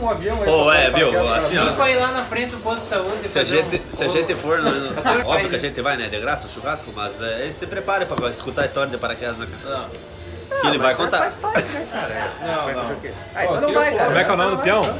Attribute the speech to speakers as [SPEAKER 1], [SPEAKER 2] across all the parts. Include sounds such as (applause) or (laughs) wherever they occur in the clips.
[SPEAKER 1] podiam.
[SPEAKER 2] Pô, é, viu? Assim, ó.
[SPEAKER 3] Fico aí lá na frente do posto de saúde.
[SPEAKER 2] Se a,
[SPEAKER 3] fazer
[SPEAKER 2] gente,
[SPEAKER 3] um-
[SPEAKER 2] se a gente for. no- no- Óbvio que a gente vai, né? De graça, churrasco, mas é, se prepare pra escutar a história de paraquedas na cara.
[SPEAKER 4] Ah.
[SPEAKER 3] Não,
[SPEAKER 2] Que ele vai contar.
[SPEAKER 5] Ah, Faz parte, né, cara? É.
[SPEAKER 3] não,
[SPEAKER 5] Vai fazer
[SPEAKER 3] não.
[SPEAKER 5] o quê? Ah, então
[SPEAKER 1] Ó,
[SPEAKER 5] não
[SPEAKER 1] queria
[SPEAKER 5] vai,
[SPEAKER 1] pôr-
[SPEAKER 5] cara.
[SPEAKER 4] Como é que é o nome do peão?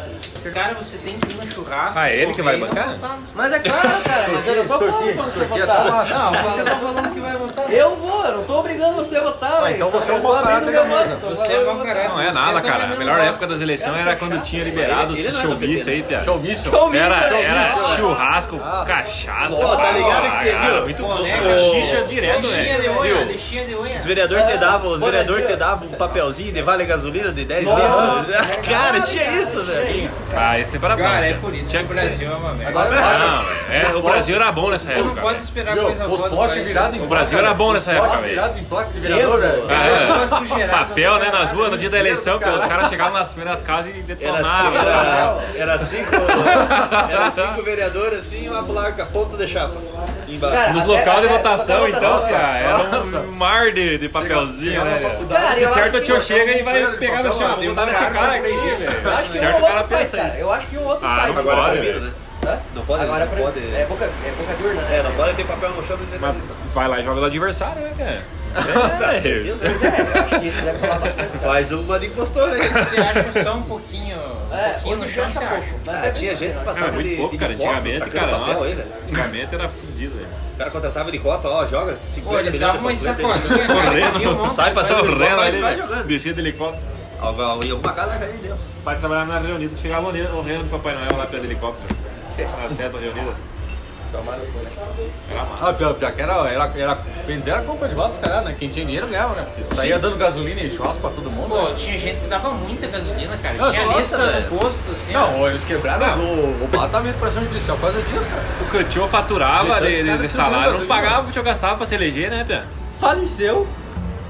[SPEAKER 3] Cara, você tem que ir no churrasco.
[SPEAKER 4] Ah, é ele que vai
[SPEAKER 3] correr,
[SPEAKER 4] bancar?
[SPEAKER 3] não votar.
[SPEAKER 5] Mas é claro, cara, mas eu não tô falando quando você
[SPEAKER 1] é
[SPEAKER 5] votar.
[SPEAKER 3] Não, você tá falando que vai votar.
[SPEAKER 5] Eu vou, eu não tô obrigando você a votar, velho.
[SPEAKER 1] então você é um
[SPEAKER 5] Eu
[SPEAKER 1] mau
[SPEAKER 5] tô abrindo
[SPEAKER 1] caráter
[SPEAKER 5] meu
[SPEAKER 1] da mesa.
[SPEAKER 5] voto, agora
[SPEAKER 3] Você é
[SPEAKER 5] eu vou
[SPEAKER 3] mau
[SPEAKER 5] votar.
[SPEAKER 3] caráter.
[SPEAKER 4] Não é
[SPEAKER 3] Você
[SPEAKER 4] nada,
[SPEAKER 3] tá
[SPEAKER 4] cara. A
[SPEAKER 3] ganhando
[SPEAKER 4] melhor
[SPEAKER 3] voto.
[SPEAKER 4] época das eleições era quando tinha liberado
[SPEAKER 2] Ele- ele
[SPEAKER 4] esses
[SPEAKER 2] não é do
[SPEAKER 4] showbiz
[SPEAKER 2] PT,
[SPEAKER 4] aí, Pia.
[SPEAKER 1] Showmício.
[SPEAKER 5] Showmício,
[SPEAKER 4] Era,
[SPEAKER 5] né?
[SPEAKER 4] era churrasco, cachaça.
[SPEAKER 2] Ah. Pô, tá ligado que você
[SPEAKER 4] cara,
[SPEAKER 2] viu?
[SPEAKER 4] Muito
[SPEAKER 2] Pô,
[SPEAKER 4] louco.
[SPEAKER 3] né,
[SPEAKER 2] cara?
[SPEAKER 4] Xixa direto,
[SPEAKER 3] Lixinha de
[SPEAKER 4] velho.
[SPEAKER 3] unha,
[SPEAKER 2] Viu?
[SPEAKER 3] lixinha de unha.
[SPEAKER 2] Os vereadores
[SPEAKER 5] né?
[SPEAKER 2] te davam, os
[SPEAKER 5] Pô,
[SPEAKER 2] vereadores
[SPEAKER 5] mas
[SPEAKER 2] te
[SPEAKER 5] eu-
[SPEAKER 2] davam um papelzinho de vale gasolina de 10
[SPEAKER 5] Nossa, é
[SPEAKER 2] litros. cara, tinha isso, né? velho.
[SPEAKER 4] Ah, esse tempo era bom.
[SPEAKER 3] Cara, é
[SPEAKER 4] né?
[SPEAKER 3] por isso que
[SPEAKER 4] Tinha
[SPEAKER 3] o
[SPEAKER 4] que ser.
[SPEAKER 3] Brasil é uma merda.
[SPEAKER 1] Agora,
[SPEAKER 4] Não, velho, é, o Brasil era bom nessa
[SPEAKER 3] Você não
[SPEAKER 4] época.
[SPEAKER 3] pode
[SPEAKER 4] velho.
[SPEAKER 3] esperar
[SPEAKER 1] Viu,
[SPEAKER 3] coisa boa.
[SPEAKER 1] os
[SPEAKER 3] do
[SPEAKER 1] postes
[SPEAKER 3] país.
[SPEAKER 1] virados em né?
[SPEAKER 4] O Brasil era bom nessa época,
[SPEAKER 1] Poste
[SPEAKER 4] velho.
[SPEAKER 1] virado em placa de vereador,
[SPEAKER 5] Devo.
[SPEAKER 1] velho.
[SPEAKER 3] Uma
[SPEAKER 4] Ah, é.
[SPEAKER 3] sujeirada
[SPEAKER 4] Papel, né,
[SPEAKER 3] do
[SPEAKER 4] nas ruas, no dia da eleição, que os
[SPEAKER 1] Caralho.
[SPEAKER 4] caras chegavam nas, nas casas e
[SPEAKER 2] Era, cinco,
[SPEAKER 4] detonavam. né?
[SPEAKER 2] era, era cinco. Era cinco vereadores assim e uma placa, ponta de chapa. Embaixo.
[SPEAKER 5] Cara,
[SPEAKER 4] Nos
[SPEAKER 5] até-
[SPEAKER 4] locais de
[SPEAKER 5] até-
[SPEAKER 4] votação,
[SPEAKER 5] até
[SPEAKER 4] então,
[SPEAKER 5] é, votação, é.
[SPEAKER 4] cara, era
[SPEAKER 1] Nossa.
[SPEAKER 4] um mar de, de papelzinho,
[SPEAKER 1] Chegava
[SPEAKER 4] né?
[SPEAKER 1] na
[SPEAKER 4] velho?
[SPEAKER 1] faculdade.
[SPEAKER 5] Cara,
[SPEAKER 4] De
[SPEAKER 5] eu
[SPEAKER 4] certo, o
[SPEAKER 5] acho
[SPEAKER 4] tio
[SPEAKER 5] que-
[SPEAKER 4] chega e
[SPEAKER 1] eu
[SPEAKER 4] vai
[SPEAKER 1] acho
[SPEAKER 4] pegar no
[SPEAKER 1] que-
[SPEAKER 4] chão. Vou botar nesse cara aqui,
[SPEAKER 5] Eu acho que
[SPEAKER 4] velho.
[SPEAKER 5] um
[SPEAKER 4] Certo, o cara
[SPEAKER 5] outro faz,
[SPEAKER 4] pensa
[SPEAKER 5] cara.
[SPEAKER 4] isso.
[SPEAKER 5] Eu acho que um outro
[SPEAKER 4] Ah,
[SPEAKER 5] faz.
[SPEAKER 4] não
[SPEAKER 2] Agora é
[SPEAKER 4] pode,
[SPEAKER 2] proibido, né?
[SPEAKER 5] Hã?
[SPEAKER 2] Não pode,
[SPEAKER 5] Agora
[SPEAKER 2] não
[SPEAKER 5] pra-
[SPEAKER 2] pode.
[SPEAKER 5] É boca, é boca diurna, né?
[SPEAKER 2] É, não pode ter papel no chão do tá. dia da
[SPEAKER 4] Mas
[SPEAKER 2] eleição.
[SPEAKER 4] vai lá e joga do adversário, né,
[SPEAKER 2] (laughs)
[SPEAKER 4] cara? É, velho.
[SPEAKER 5] Pois é, eu acho que isso deve falar bastante. cara.
[SPEAKER 2] Tá Faz uma de impostor né? aí.
[SPEAKER 3] Você acha só um pouquinho.
[SPEAKER 5] É,
[SPEAKER 3] É, pouquinho
[SPEAKER 5] hoje
[SPEAKER 3] no
[SPEAKER 5] em dia
[SPEAKER 3] chão, você
[SPEAKER 5] tá
[SPEAKER 3] acha?
[SPEAKER 5] pouco. mas
[SPEAKER 2] Ah,
[SPEAKER 5] é
[SPEAKER 2] tinha
[SPEAKER 5] bem-
[SPEAKER 2] gente que
[SPEAKER 4] Cara,
[SPEAKER 2] passava de,
[SPEAKER 4] muito pouco,
[SPEAKER 2] de
[SPEAKER 4] cara.
[SPEAKER 2] copo,
[SPEAKER 4] Antigamente,
[SPEAKER 2] tacando
[SPEAKER 4] cara,
[SPEAKER 2] papel
[SPEAKER 4] nossa.
[SPEAKER 2] aí, velho.
[SPEAKER 4] Antigamente era fudido, velho.
[SPEAKER 2] Os caras contratavam de copa, ó, joga 50
[SPEAKER 3] Pô, eles
[SPEAKER 2] milhões
[SPEAKER 3] davam uma
[SPEAKER 2] de panfleto aí.
[SPEAKER 3] sacolinha, cara. e um
[SPEAKER 4] Correndo,
[SPEAKER 3] monte
[SPEAKER 4] sai
[SPEAKER 3] de
[SPEAKER 4] passar
[SPEAKER 2] vai
[SPEAKER 4] o relo
[SPEAKER 2] jogando,
[SPEAKER 4] ali,
[SPEAKER 2] vai
[SPEAKER 4] velho.
[SPEAKER 2] jogando.
[SPEAKER 4] descia do helicóptero.
[SPEAKER 2] Algum- Em alguma casa vai cair, deu.
[SPEAKER 4] O pai trabalhava na reunida, chegava o relo do Papai Noel lá pelo helicóptero. Nas festas reunidas.
[SPEAKER 5] Tomara que foi.
[SPEAKER 4] Era massa.
[SPEAKER 1] Ah, pior, pior que era, era, era, bem dizer, era compra de votos, caralho, né? Quem tinha dinheiro ganhava, né? Porque saía dando gasolina e churrasco pra todo mundo.
[SPEAKER 3] Pô,
[SPEAKER 1] né?
[SPEAKER 3] tinha gente que dava muita gasolina, cara.
[SPEAKER 1] Nossa,
[SPEAKER 3] tinha lista
[SPEAKER 2] velho.
[SPEAKER 3] no posto, assim. ó.
[SPEAKER 1] Não, eles quebraram
[SPEAKER 4] Não.
[SPEAKER 1] o, o tratamento pra ação judicial por causa disso, cara.
[SPEAKER 4] O que o tio faturava de, de- de salário, não
[SPEAKER 1] Gasolina.
[SPEAKER 4] pagava o que o tio gastava pra se eleger, né, Pia?
[SPEAKER 5] Faleceu.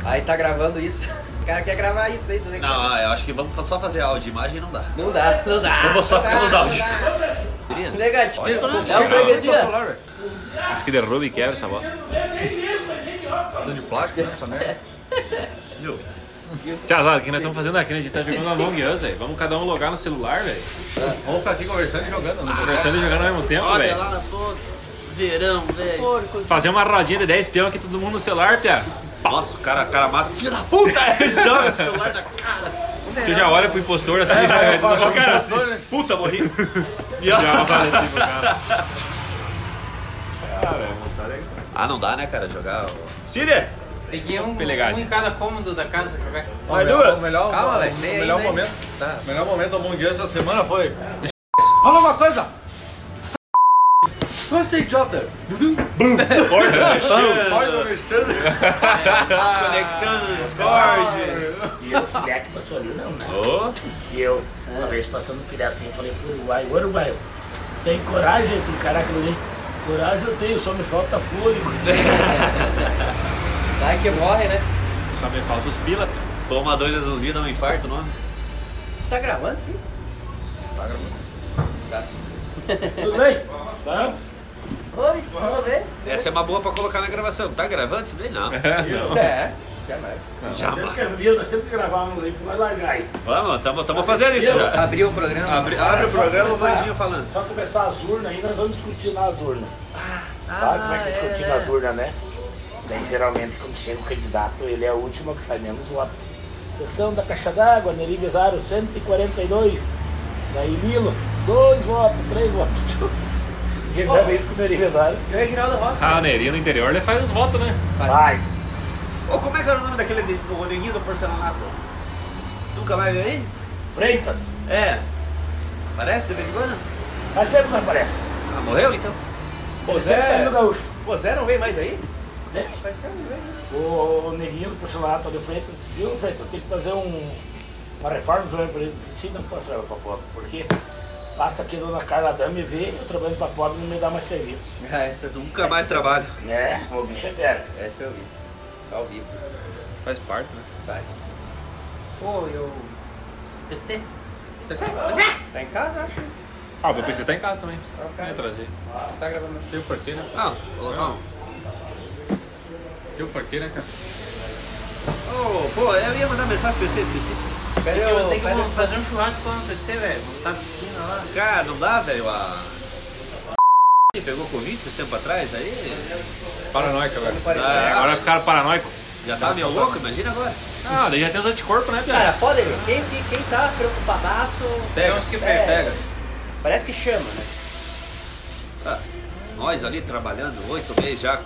[SPEAKER 5] Aí tá gravando isso. (laughs) O cara quer gravar isso aí, né?
[SPEAKER 2] Não, ah, eu acho que vamos só fazer áudio, imagem não dá.
[SPEAKER 5] Não dá, não dá.
[SPEAKER 2] Vamos só ficar nos áudios. né?
[SPEAKER 5] Negativo. É
[SPEAKER 4] Não,
[SPEAKER 5] o freguesia.
[SPEAKER 1] Solar, velho.
[SPEAKER 4] Diz que derruba e quebra essa bosta.
[SPEAKER 1] Tudo de plástico, né? Essa merda.
[SPEAKER 2] Viu?
[SPEAKER 4] Tiazada, o que nós estamos fazendo aqui? né? A gente tá jogando a Long Us, velho. Vamos cada um logar no celular, velho.
[SPEAKER 1] Vamos ficar aqui conversando e jogando. né?
[SPEAKER 4] Conversando e jogando ao mesmo tempo,
[SPEAKER 2] Olha
[SPEAKER 4] velho.
[SPEAKER 2] lá na foto. Verão, velho.
[SPEAKER 4] Fazer uma rodinha de 10 peão aqui, todo mundo no celular, Pia.
[SPEAKER 2] Nossa, o cara, o cara mata. Filho da puta! (laughs) Ele joga o celular na cara.
[SPEAKER 4] Tu já olha pro impostor assim, né? Todo mundo
[SPEAKER 2] cara assim, puta, morri. E ó. (laughs)
[SPEAKER 4] já olha assim pro cara. Cara, é vontade é
[SPEAKER 2] Ah, não dá, né, cara, jogar. o- Siri!
[SPEAKER 3] Peguei um, um
[SPEAKER 4] Pelegagem.
[SPEAKER 3] em cada cômodo da casa, jogar.
[SPEAKER 2] Vai
[SPEAKER 1] O melhor-
[SPEAKER 2] duas.
[SPEAKER 1] O melhor,
[SPEAKER 5] Calma,
[SPEAKER 1] o,
[SPEAKER 5] velho,
[SPEAKER 1] o
[SPEAKER 5] meia
[SPEAKER 1] melhor
[SPEAKER 5] ainda,
[SPEAKER 1] momento, tá, o melhor momento do Among Us essa semana foi. Fala uma coisa! Quando você é idiota?
[SPEAKER 4] Porta, fechou.
[SPEAKER 1] Olha, mexendo.
[SPEAKER 2] Desconectando o Discord.
[SPEAKER 6] E eu, o filé que passou ali, não, né?
[SPEAKER 4] Ô,
[SPEAKER 6] E eu, uma vez passando o filé assim, eu falei pro Uruguai, "Ô, Uruguai, tem coragem pro caraca ali? Coragem eu tenho, só me falta fôlego.
[SPEAKER 5] Vai que morre, né?
[SPEAKER 4] Só me falta os pila.
[SPEAKER 2] Toma dois azulzinhos, dá um infarto, não?
[SPEAKER 5] Você tá gravando sim? Tá gravando.
[SPEAKER 6] Tudo bem? Tá?
[SPEAKER 5] Oi, vamos ver?
[SPEAKER 2] Essa é uma boa pra colocar na gravação. Tá gravando isso daí? Não.
[SPEAKER 4] (laughs) Não.
[SPEAKER 5] É, jamais.
[SPEAKER 6] Sempre
[SPEAKER 2] Jamais.
[SPEAKER 6] que viu, nós sempre gravávamos aí, vai largar aí.
[SPEAKER 2] Vamos, tamo, tamo fazendo isso já.
[SPEAKER 5] Abriu o programa.
[SPEAKER 2] Abre, abre o programa, o Vandinho falando.
[SPEAKER 6] Só começar as urnas aí, nós vamos discutir lá as urnas. Sabe como é que é discutir
[SPEAKER 5] é,
[SPEAKER 6] nas urnas, né? Daí geralmente quando chega o candidato, ele é o último que faz menos voto. Sessão da Caixa d'Água, Neri Besaro, 142. Daí Lilo, dois votos, três votos. (laughs) Primeira vez que o Neri Besaro
[SPEAKER 5] Eu e Geraldo Rossi.
[SPEAKER 4] Ah, o Neri no interior ele faz os votos, né?
[SPEAKER 6] faz.
[SPEAKER 2] Ô, como é que era o nome daquele de- do Rodriguinho do Porcelanato? Nunca vai ver aí?
[SPEAKER 6] Freitas,
[SPEAKER 2] É. Parece de vez em quando?
[SPEAKER 6] faz tempo que não aparece.
[SPEAKER 2] Ah, morreu então?
[SPEAKER 6] Ele sempre tá no gaúcho.
[SPEAKER 5] Pô, Zé não veio mais aí?
[SPEAKER 6] Né?
[SPEAKER 5] Faz tempo que veio. né?
[SPEAKER 6] O neguinho do porcelanato ali, o Freitas, viu, Freitas, tem que fazer um, uma reforma do trabalho para ele. Se não posso trabalhar para pobre, porque passa aqui a dona Carla Dama e vê eu trabalhando para pobre e não me dá mais serviço.
[SPEAKER 5] Ah, essa eu vi.
[SPEAKER 2] Nunca mais trabalho.
[SPEAKER 6] Né? O bicho é fera.
[SPEAKER 5] Essa eu vi. Tá Ao vivo.
[SPEAKER 4] Faz parte, né?
[SPEAKER 5] Faz.
[SPEAKER 3] Pô, eu. PC?
[SPEAKER 5] Tá em casa, eu acho.
[SPEAKER 4] Ah, o meu PC tá em casa também. Vem trazer.
[SPEAKER 5] Tá gravando.
[SPEAKER 1] Tem o porquê, né?
[SPEAKER 2] Não, ô, não.
[SPEAKER 1] Tem o porquê, né, cara?
[SPEAKER 2] Ô, pô, eu ia mandar mensagem pra você, esqueci.
[SPEAKER 5] Pera aí,
[SPEAKER 3] Eu
[SPEAKER 5] ô,
[SPEAKER 3] tenho
[SPEAKER 5] pera
[SPEAKER 3] que
[SPEAKER 5] aí.
[SPEAKER 3] fazer um churrasco lá no PC, velho. Montar a piscina lá.
[SPEAKER 2] Cara, não dá, velho. A... a Pegou Covid esses tempo atrás, aí
[SPEAKER 1] Paranoica agora.
[SPEAKER 2] Ah.
[SPEAKER 4] Agora ficaram paranoicos.
[SPEAKER 2] já tava meio louco, imagina agora.
[SPEAKER 4] Ah, daí já tem os anticorpos, né,
[SPEAKER 5] Cara,
[SPEAKER 4] Piara?
[SPEAKER 5] pode ver. Quem, quem- quem tá preocupadaço,
[SPEAKER 2] Pega.
[SPEAKER 3] Então, que
[SPEAKER 5] É.
[SPEAKER 3] pega.
[SPEAKER 5] parece que chama, né?
[SPEAKER 2] Ah, Nós ali trabalhando, oito meses já,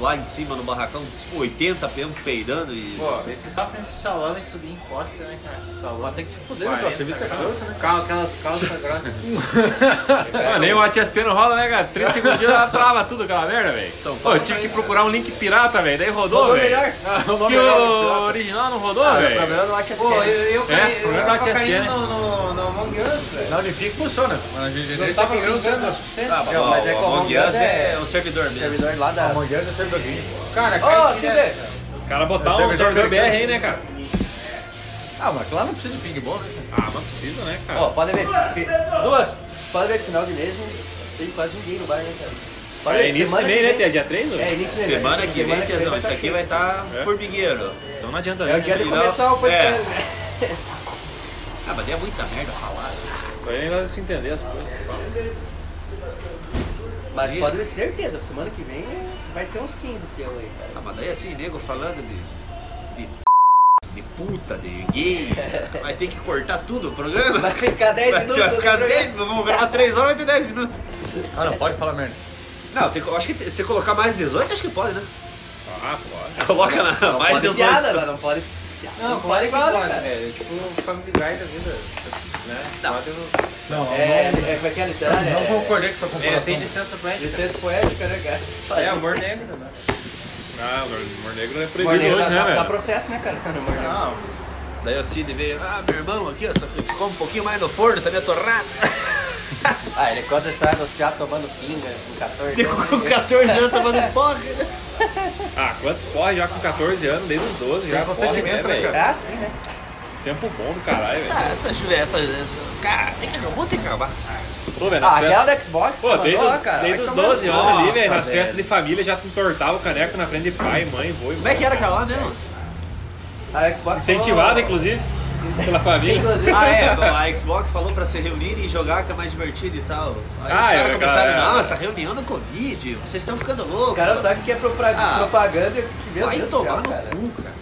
[SPEAKER 2] lá em cima no barracão, 80 PM peidando e.
[SPEAKER 3] Pô, esse só pra esse salão e subir em costa, né, cara? Salão tem que se
[SPEAKER 1] fuder, né, cara? Serviço é grosso, né?
[SPEAKER 3] Calma, aquelas calças grossas.
[SPEAKER 4] Ah, nem o ATSP não rola, né, cara? 30 segundos ela trava tudo aquela merda, velho.
[SPEAKER 2] São
[SPEAKER 4] Pô,
[SPEAKER 2] Paulo
[SPEAKER 4] eu tive
[SPEAKER 2] é
[SPEAKER 4] que
[SPEAKER 2] isso,
[SPEAKER 4] procurar um link pirata, velho. Daí rodou,
[SPEAKER 5] Rodou Ah,
[SPEAKER 4] velho.
[SPEAKER 5] melhor.
[SPEAKER 4] Que o original não rodou, velho.
[SPEAKER 5] Trabalhando no ATSP.
[SPEAKER 3] Pô, eu, eu caí,
[SPEAKER 4] É,
[SPEAKER 3] eu
[SPEAKER 4] problema da
[SPEAKER 3] tava
[SPEAKER 4] TSP,
[SPEAKER 3] caindo
[SPEAKER 4] né?
[SPEAKER 3] no, no, no Among Us, velho.
[SPEAKER 1] Na Unifique funciona. Mas na GG
[SPEAKER 5] Não
[SPEAKER 1] tem
[SPEAKER 5] tava
[SPEAKER 1] programa
[SPEAKER 5] brincando
[SPEAKER 1] de-
[SPEAKER 5] 100%.
[SPEAKER 2] Ah,
[SPEAKER 5] Não,
[SPEAKER 2] mas o, o Among Us é,
[SPEAKER 5] o
[SPEAKER 2] o servidor mesmo.
[SPEAKER 5] servidor lá da...
[SPEAKER 1] Amanhã já serve daqui.
[SPEAKER 3] Cara,
[SPEAKER 5] Ô,
[SPEAKER 3] caiu
[SPEAKER 1] é-
[SPEAKER 3] direto.
[SPEAKER 5] Cid!
[SPEAKER 4] O cara botar
[SPEAKER 1] Esse é
[SPEAKER 4] um servidor
[SPEAKER 1] americano.
[SPEAKER 4] BR aí, né, cara?
[SPEAKER 1] Ah, mas lá não precisa de ping bom, né?
[SPEAKER 4] Ah, mas precisa, né, cara?
[SPEAKER 5] Ó, pode ver. fi- Duas. Pode ver que final de mês não tem quase ninguém no bar, né, cara? Pode ver,
[SPEAKER 4] é início
[SPEAKER 5] semana
[SPEAKER 4] também,
[SPEAKER 5] que
[SPEAKER 4] né?
[SPEAKER 5] vem-
[SPEAKER 4] Tem dia 3,
[SPEAKER 5] É,
[SPEAKER 4] velho?
[SPEAKER 5] início também,
[SPEAKER 2] Semana
[SPEAKER 5] né?
[SPEAKER 2] que vem, Piazão, isso aqui
[SPEAKER 5] cheio.
[SPEAKER 2] vai estar
[SPEAKER 4] É?
[SPEAKER 2] formigueiro.
[SPEAKER 4] Então não adianta
[SPEAKER 5] É o
[SPEAKER 4] ver.
[SPEAKER 5] dia de
[SPEAKER 2] Não,
[SPEAKER 5] começar o podcast,
[SPEAKER 2] é.
[SPEAKER 5] né?
[SPEAKER 2] Ah, mas é muita merda falar.
[SPEAKER 4] Pra ainda se entender as coisas.
[SPEAKER 5] Mas pode ter certeza, semana que vem é- vai ter uns 15 peão aí, cara.
[SPEAKER 2] Ah, mas daí assim, nego falando de. de, (laughs) de puta, de gay.
[SPEAKER 5] (laughs)
[SPEAKER 2] Vai ter que cortar tudo o programa.
[SPEAKER 5] Vai ficar 10
[SPEAKER 2] Vai-
[SPEAKER 5] minutos
[SPEAKER 2] Vai ficar
[SPEAKER 5] do
[SPEAKER 2] 10,
[SPEAKER 5] programa.
[SPEAKER 2] vamos gravar 3 horas, vai ter 10 minutos.
[SPEAKER 1] Ah, não pode falar merda.
[SPEAKER 2] Não, tem, co- acho que tem- se colocar mais 18, acho que pode, né?
[SPEAKER 4] Ah, pode.
[SPEAKER 2] Coloca na, (laughs) mais
[SPEAKER 5] Pode
[SPEAKER 2] 18.
[SPEAKER 5] piada, mas não pode... né?
[SPEAKER 3] Não, não pode que pode, velho. Tipo, Family Guy da vida. Né?
[SPEAKER 2] Não.
[SPEAKER 3] Pode, eu-
[SPEAKER 1] Não,
[SPEAKER 5] É, é, como é que é literária?
[SPEAKER 1] não, não
[SPEAKER 5] É,
[SPEAKER 1] concordei com essa
[SPEAKER 3] eu
[SPEAKER 1] comparação.
[SPEAKER 3] tenho licença pra ele.
[SPEAKER 5] licença poética, né, cara?
[SPEAKER 3] É amor negro, né?
[SPEAKER 4] Ah, o humor negro é
[SPEAKER 5] Amor
[SPEAKER 4] proibido
[SPEAKER 5] negro
[SPEAKER 4] hoje, né,
[SPEAKER 5] dá, dá
[SPEAKER 4] velho?
[SPEAKER 5] tá processo, né, cara? Amor negro.
[SPEAKER 3] Não,
[SPEAKER 2] Daí o Cid veio, ah, meu irmão aqui, ó, só que ficou um pouquinho mais no forno, tá meio atorrado. (laughs)
[SPEAKER 5] Ah, ele conta a história dos piados tomando pinga com 14
[SPEAKER 2] Ficou
[SPEAKER 5] anos.
[SPEAKER 2] com 14 anos, tá fazendo porra.
[SPEAKER 4] Ah, quantos pode já com 14 anos, desde os 12, já
[SPEAKER 1] Tem
[SPEAKER 4] pode, né,
[SPEAKER 1] consentimento, né,
[SPEAKER 4] velho?
[SPEAKER 5] Ah, sim, né?
[SPEAKER 4] Tempo bom do caralho,
[SPEAKER 2] Essa,
[SPEAKER 4] velho.
[SPEAKER 2] essa, essa, essa, essa. Cara, tem que acabar, tem que acabar.
[SPEAKER 4] Pô, velho,
[SPEAKER 5] Ah,
[SPEAKER 4] nas
[SPEAKER 5] aquela do
[SPEAKER 4] festas...
[SPEAKER 5] Xbox,
[SPEAKER 4] Pô, desde
[SPEAKER 5] mandou,
[SPEAKER 4] os,
[SPEAKER 5] cara.
[SPEAKER 4] desde
[SPEAKER 5] vai
[SPEAKER 4] os
[SPEAKER 5] tomar no é.
[SPEAKER 4] 12 anos ali, velho,
[SPEAKER 2] Nossa,
[SPEAKER 4] nas
[SPEAKER 2] velho.
[SPEAKER 4] festas de família já entortava o caneco na frente de pai, mãe, vô e
[SPEAKER 2] Como é que era aquela lá mesmo?
[SPEAKER 5] A Ah, Xbox
[SPEAKER 4] Incentivada,
[SPEAKER 5] falou-
[SPEAKER 4] inclusive, pela família.
[SPEAKER 5] Inclusive.
[SPEAKER 2] Ah, é, bom, a Xbox falou pra se reunirem e jogar que é mais divertido e tal. Aí os
[SPEAKER 4] Ah,
[SPEAKER 2] caras
[SPEAKER 4] é,
[SPEAKER 2] começaram,
[SPEAKER 4] cara, é.
[SPEAKER 2] não, essa reunião do Covid, vocês estão ficando
[SPEAKER 5] O
[SPEAKER 2] loucos.
[SPEAKER 5] cara não sabe o que é propra-
[SPEAKER 2] Ah.
[SPEAKER 5] propaganda que meu
[SPEAKER 2] Vai
[SPEAKER 5] Deus do
[SPEAKER 2] tomar
[SPEAKER 5] céu,
[SPEAKER 2] no
[SPEAKER 5] cara.
[SPEAKER 2] cu, cara.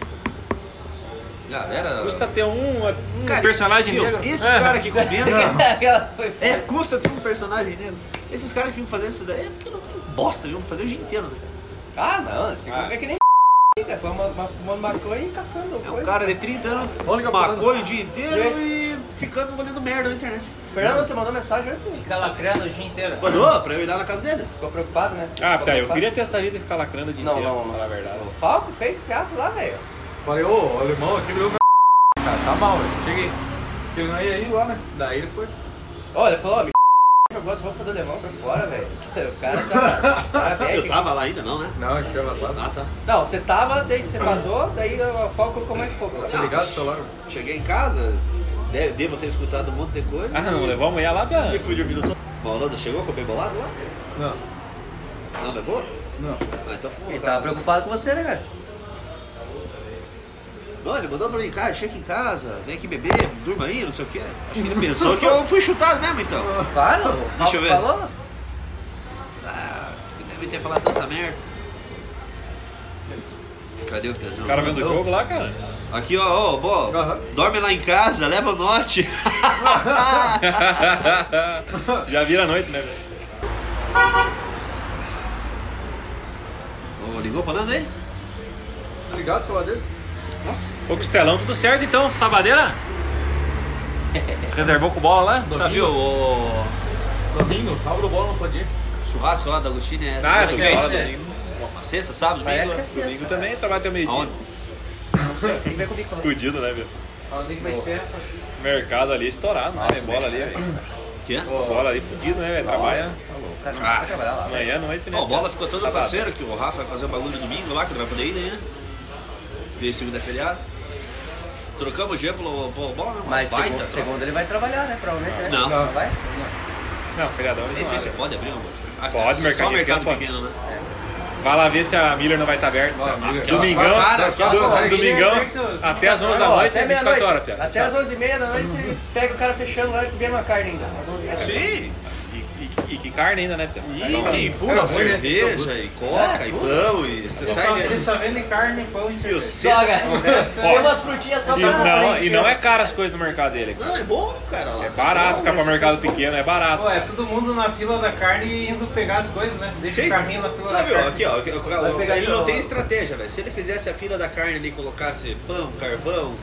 [SPEAKER 2] Galera.
[SPEAKER 4] Custa ter um, um
[SPEAKER 2] Cara,
[SPEAKER 4] personagem
[SPEAKER 2] meu,
[SPEAKER 4] negro.
[SPEAKER 2] Esses
[SPEAKER 4] Ah,
[SPEAKER 2] caras que comentam.
[SPEAKER 5] (laughs)
[SPEAKER 4] (laughs)
[SPEAKER 5] Aquela foi-
[SPEAKER 2] É, custa ter um personagem negro. Esses caras que ficam fazendo isso daí é porque não tem bosta, viu? Fazer o dia inteiro, né?
[SPEAKER 5] Ah, não. fica- É que nem... (laughs) cara, Foi uma- uma- fumando maconha e caçando
[SPEAKER 2] É um
[SPEAKER 5] coisa.
[SPEAKER 2] cara de 30 anos,
[SPEAKER 1] Olha que
[SPEAKER 2] maconha o dia inteiro e ficando mandando merda na internet.
[SPEAKER 5] Fernando, tu mandou mensagem ontem.
[SPEAKER 3] fica lacrando o dia inteiro.
[SPEAKER 2] Mandou pra eu ir lá na casa dele.
[SPEAKER 5] Ficou preocupado, né?
[SPEAKER 4] Ah,
[SPEAKER 5] Ficou
[SPEAKER 4] tá, eu
[SPEAKER 5] preocupado.
[SPEAKER 4] queria ter saído e ficar lacrando de
[SPEAKER 5] Não,
[SPEAKER 4] inteiro,
[SPEAKER 5] não,
[SPEAKER 4] pra
[SPEAKER 5] não.
[SPEAKER 4] falar a verdade.
[SPEAKER 5] O Falco fez teatro lá, velho.
[SPEAKER 1] Falei, ô, o alemão aqui meu cara, tá mal, velho. Cheguei. Ele não ia ir lá, né? Daí ele foi.
[SPEAKER 5] Olha, ele falou, ó, me (laughs) jogou as roupas do alemão pra fora, velho. (laughs) O cara tá... tá
[SPEAKER 2] (laughs)
[SPEAKER 5] bad.
[SPEAKER 2] Eu tava lá ainda, não, né?
[SPEAKER 1] Não, ele tava lá.
[SPEAKER 2] Ah, tá.
[SPEAKER 5] Não, você tava, daí você vazou, daí o Falco colocou mais pouco.
[SPEAKER 1] Tá ligado o celular?
[SPEAKER 2] Cheguei em casa, de- devo ter escutado um monte de coisa.
[SPEAKER 4] Ah, não, levou a mulher lá pra...
[SPEAKER 2] E fui dormir no sol. Maulanda chegou, comeu bolado lá?
[SPEAKER 1] Não,
[SPEAKER 2] Não levou?
[SPEAKER 1] não.
[SPEAKER 2] Ah, então fomos.
[SPEAKER 5] Ele tava preocupado com você, né, cara?
[SPEAKER 2] Não, ele mandou pra mim, cara, chega em casa, vem aqui beber, durma aí, não sei o quê. Acho que ele pensou que eu fui chutado mesmo, então.
[SPEAKER 5] Claro, o Falco
[SPEAKER 2] Deixa eu ver.
[SPEAKER 5] falou.
[SPEAKER 2] Ah, deve ter falado tanta merda. Cadê o pesão?
[SPEAKER 4] O cara vendo o
[SPEAKER 2] Então,
[SPEAKER 4] jogo lá,
[SPEAKER 2] (laughs)
[SPEAKER 4] cara.
[SPEAKER 2] Aqui, ó, ó, bó,
[SPEAKER 1] Aham.
[SPEAKER 2] dorme lá em casa, leva o note.
[SPEAKER 4] Já vira a noite, né, velho?
[SPEAKER 2] (laughs) Ô, ligou pra Nando aí?
[SPEAKER 1] Tá ligado o celular dele?
[SPEAKER 4] Ô, Costelão, tudo certo então? Sabadeira? Reservou com bola lá?
[SPEAKER 2] Tá, viu? O
[SPEAKER 1] Domingo, sábado, bola não pode ir.
[SPEAKER 2] churrasco lá da Agostinho é
[SPEAKER 4] Ah,
[SPEAKER 2] semana
[SPEAKER 4] eu
[SPEAKER 2] que
[SPEAKER 4] tô
[SPEAKER 2] vem.
[SPEAKER 4] fora domingo.
[SPEAKER 2] Sexta, sábado,
[SPEAKER 5] Parece é que é
[SPEAKER 2] domingo. né?
[SPEAKER 5] sexta.
[SPEAKER 4] Domingo também, trabalho até meio-dia.
[SPEAKER 2] Aonde?
[SPEAKER 5] Não sei, tem que ver comigo.
[SPEAKER 4] Fudido, né, velho?
[SPEAKER 3] Onde que vai ser?
[SPEAKER 4] Mercado ali estourado, né? Bola ali, velho.
[SPEAKER 2] Que é?
[SPEAKER 4] Bola ali fudido, né, velho? Trabalha
[SPEAKER 5] Cara,
[SPEAKER 3] Ah.
[SPEAKER 5] não precisa trabalhar lá.
[SPEAKER 4] amanhã, à noite, né?
[SPEAKER 2] Ó, o Bola ficou todo
[SPEAKER 4] Sabado.
[SPEAKER 2] parceiro que o Rafa vai fazer um bagulho domingo lá, que não vai poder ir daí, né? Tem segunda é feriado. Trocamos o G pelo, pelo Bola, né?
[SPEAKER 5] Mas
[SPEAKER 2] Baita,
[SPEAKER 3] tá.
[SPEAKER 5] segundo,
[SPEAKER 2] troca.
[SPEAKER 5] segundo ele vai trabalhar, né? Provavelmente, né?
[SPEAKER 2] Não.
[SPEAKER 5] Vai?
[SPEAKER 4] Não, feriadão. eles
[SPEAKER 2] Nem
[SPEAKER 4] não
[SPEAKER 2] sei se
[SPEAKER 4] abrem.
[SPEAKER 2] pode abrir uma música. Ah,
[SPEAKER 4] Pode,
[SPEAKER 2] só,
[SPEAKER 4] mercadinho
[SPEAKER 2] Só mercado
[SPEAKER 4] pequeno
[SPEAKER 2] pequeno, né?
[SPEAKER 4] Vai lá ver se a Miller não vai estar aberta. Domingão,
[SPEAKER 2] Ah, Cara, aquela
[SPEAKER 4] do-
[SPEAKER 2] cara.
[SPEAKER 4] domingão, até as 11 da noite, é
[SPEAKER 5] até
[SPEAKER 4] tem 24
[SPEAKER 5] meia-noite.
[SPEAKER 4] horas, piada.
[SPEAKER 5] Até as 11h30 da noite você pega o cara fechando lá e tu ganha uma carne ainda. às 11h30.
[SPEAKER 2] Sim.
[SPEAKER 4] E, e- e que carne ainda, né, piada?
[SPEAKER 2] E tem
[SPEAKER 1] Era
[SPEAKER 2] pura
[SPEAKER 1] ruim, né?
[SPEAKER 2] cerveja, e coca, e pão, e você sai
[SPEAKER 3] Só, eles
[SPEAKER 2] dele.
[SPEAKER 3] só vendem carne, pão e
[SPEAKER 2] E
[SPEAKER 3] cerveja.
[SPEAKER 2] você-
[SPEAKER 5] Droga! Tem
[SPEAKER 4] Ó,
[SPEAKER 5] umas frutinhas só
[SPEAKER 4] E
[SPEAKER 5] pra
[SPEAKER 4] não,
[SPEAKER 5] frente,
[SPEAKER 4] e não
[SPEAKER 5] né?
[SPEAKER 4] é caro as coisas no mercado dele. cara.
[SPEAKER 2] Não, é bom, cara. lá.
[SPEAKER 4] É barato, cara, pra mercado pequeno, é barato.
[SPEAKER 3] Pô, é todo mundo na fila da carne indo pegar as coisas, né? Deixa
[SPEAKER 2] Sim.
[SPEAKER 3] o carrinho na fila
[SPEAKER 2] Não,
[SPEAKER 3] da
[SPEAKER 2] viu?
[SPEAKER 3] carne.
[SPEAKER 2] Aqui, ó. aqui, ó,
[SPEAKER 5] pegar
[SPEAKER 2] Ele
[SPEAKER 5] aqui,
[SPEAKER 2] não
[SPEAKER 5] ó.
[SPEAKER 2] tem estratégia, velho. Se ele fizesse a fila da carne ali e colocasse pão, carvão,